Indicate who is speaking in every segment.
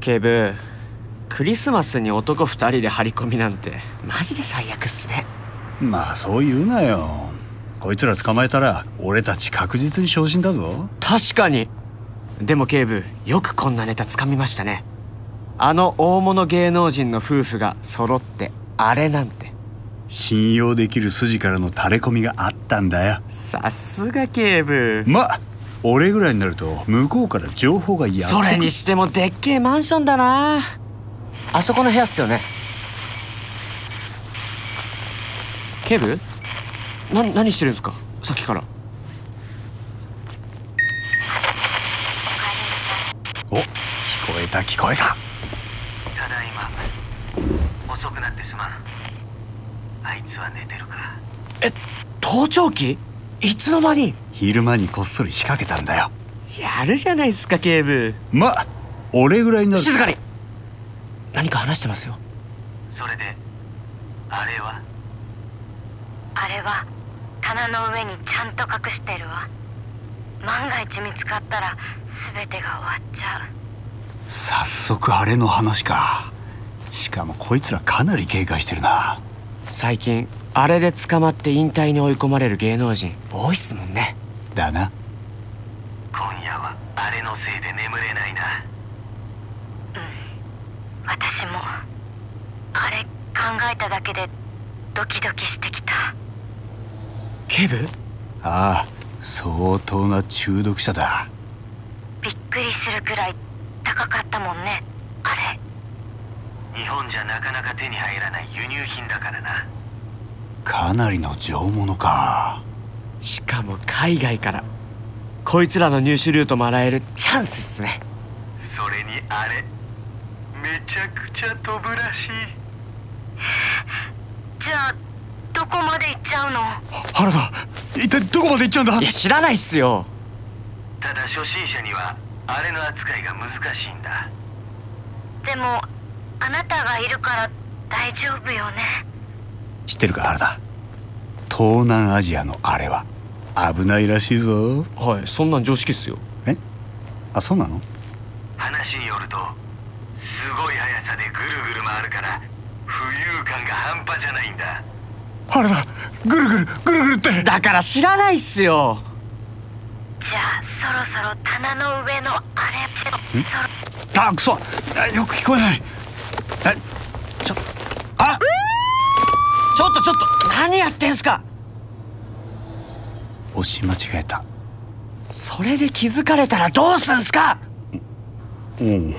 Speaker 1: ケブクリスマスに男2人で張り込みなんてマジで最悪っすね
Speaker 2: まあそう言うなよこいつら捕まえたら俺たち確実に昇進だぞ
Speaker 1: 確かにでも警部よくこんなネタつかみましたねあの大物芸能人の夫婦が揃ってあれなんて
Speaker 2: 信用できる筋からの垂れ込みがあったんだよ
Speaker 1: さすが警部
Speaker 2: まあ俺ぐらいになると向こうから情報がやってく
Speaker 1: それにしてもでっけえマンションだなあそこの部屋っすよね警部な何してるんですかさっきから
Speaker 2: お聞こえた聞こえた
Speaker 3: ただいま遅くなってすまんあいつは寝てるか
Speaker 1: え盗聴器いつの間に
Speaker 2: 昼間にこっそり仕掛けたんだよ
Speaker 1: やるじゃないっすか警部
Speaker 2: まあ俺ぐらいになる
Speaker 1: 静かに何か話してますよ
Speaker 3: それであれは
Speaker 4: あれは棚の上にちゃんと隠してるわ万が一見つかったら全てが終わっちゃう
Speaker 2: 早速あれの話かしかもこいつらかなり警戒してるな
Speaker 1: 最近あれで捕まって引退に追い込まれる芸能人多いっすもんね
Speaker 2: だな
Speaker 3: 今夜はあれのせいで眠れないな
Speaker 4: 私もあれ考えただけでドキドキしてきた
Speaker 1: 警部
Speaker 2: ああ相当な中毒者だ
Speaker 4: びっくりするくらい高かったもんねあれ
Speaker 3: 日本じゃなかなか手に入らない輸入品だからな
Speaker 2: かなりの上物か
Speaker 1: しかも海外からこいつらの入手ルートも洗えるチャンスっすね
Speaker 3: それにあれめちゃくちゃ飛ぶらしい
Speaker 4: じゃあどこまで行っちゃうの
Speaker 2: 原田一体どこまで行っちゃうんだ
Speaker 1: いや知らないっすよ
Speaker 3: ただ初心者にはあれの扱いが難しいんだ
Speaker 4: でもあなたがいるから大丈夫よね
Speaker 2: 知ってるか原田東南アジアのあれは危ないらしいぞ
Speaker 1: はいそんなん常識っすよ
Speaker 2: えあそうなの
Speaker 3: 話によるとすごい速さでぐるぐる回るから浮遊感が半端じゃないんだ
Speaker 2: 原田ぐるぐるぐるぐるって
Speaker 1: だから知らないっすよ
Speaker 4: じゃあそろそろ棚の上のあれちょそろ
Speaker 2: あくそあよく聞こえないえちょあ
Speaker 1: ちょっとちょっと何やってんすか
Speaker 2: 押し間違えた
Speaker 1: それで気づかれたらどうすんすか
Speaker 2: うん
Speaker 3: よ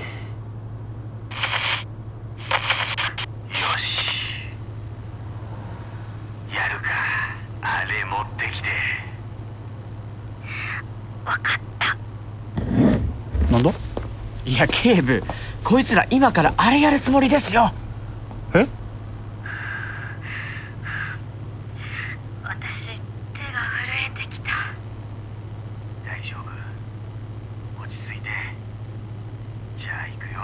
Speaker 3: しやるかあれ持ってきて
Speaker 4: わかった
Speaker 2: なんだ
Speaker 1: いや警部こいつら今からあれやるつもりですよ
Speaker 2: え
Speaker 4: 私手が震えてきた
Speaker 3: 大丈夫落ち着いてじゃあ行くよ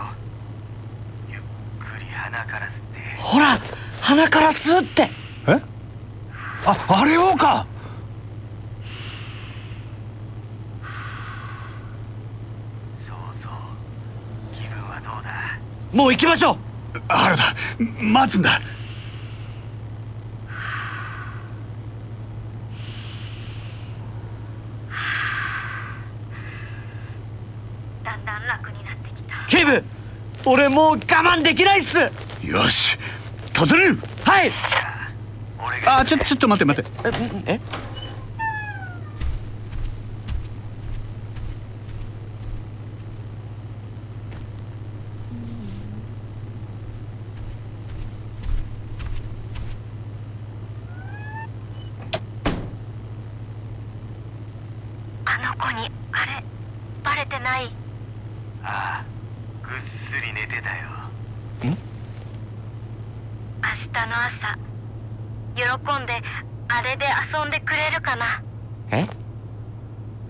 Speaker 3: ゆっくり鼻から吸って
Speaker 1: ほら鼻から吸うって
Speaker 2: えああれをか
Speaker 3: そうそう気分はどうだ
Speaker 1: もう行きましょう
Speaker 2: 原田待つんだ
Speaker 4: だんだん楽になってきた
Speaker 1: 警部俺もう我慢できないっす
Speaker 2: よし突入
Speaker 1: はい
Speaker 3: 俺が
Speaker 2: あちょちょっと待って待って
Speaker 1: ええ
Speaker 4: あの子にあれバレてない
Speaker 3: ああぐっすり寝てたよ
Speaker 4: 明日の朝喜んであれで遊んでくれるかな
Speaker 1: え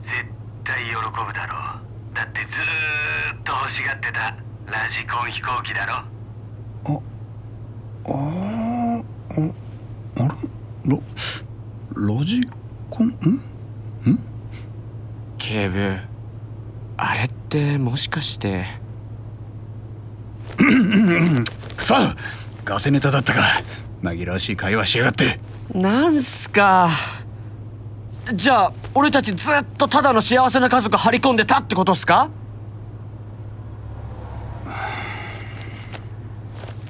Speaker 3: 絶対喜ぶだろうだってずーっと欲しがってたラジコン飛行機だろ
Speaker 2: あーああれララジコンん
Speaker 1: 警部あれってもしかして
Speaker 2: くそガセネタだったか紛らわしい会話しやがって
Speaker 1: なんすかじゃあ俺たちずっとただの幸せな家族張り込んでたってことっすか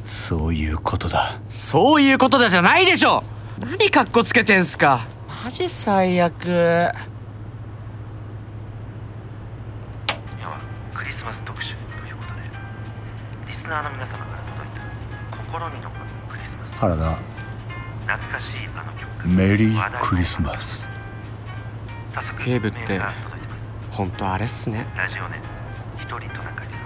Speaker 2: そういうことだ
Speaker 1: そういうことだじゃないでしょ何カッコつけてんすかマジ最悪
Speaker 3: 今はクリスマス特集ということでリスナーの皆様から届いた心に残るクリスマス
Speaker 2: 原田
Speaker 3: 懐かしいあの曲
Speaker 2: メリークリスマス
Speaker 3: 早速
Speaker 1: 警部って
Speaker 3: メールが届いてます
Speaker 1: 本当あれっすね
Speaker 3: ラジオネーム一人トナカイさん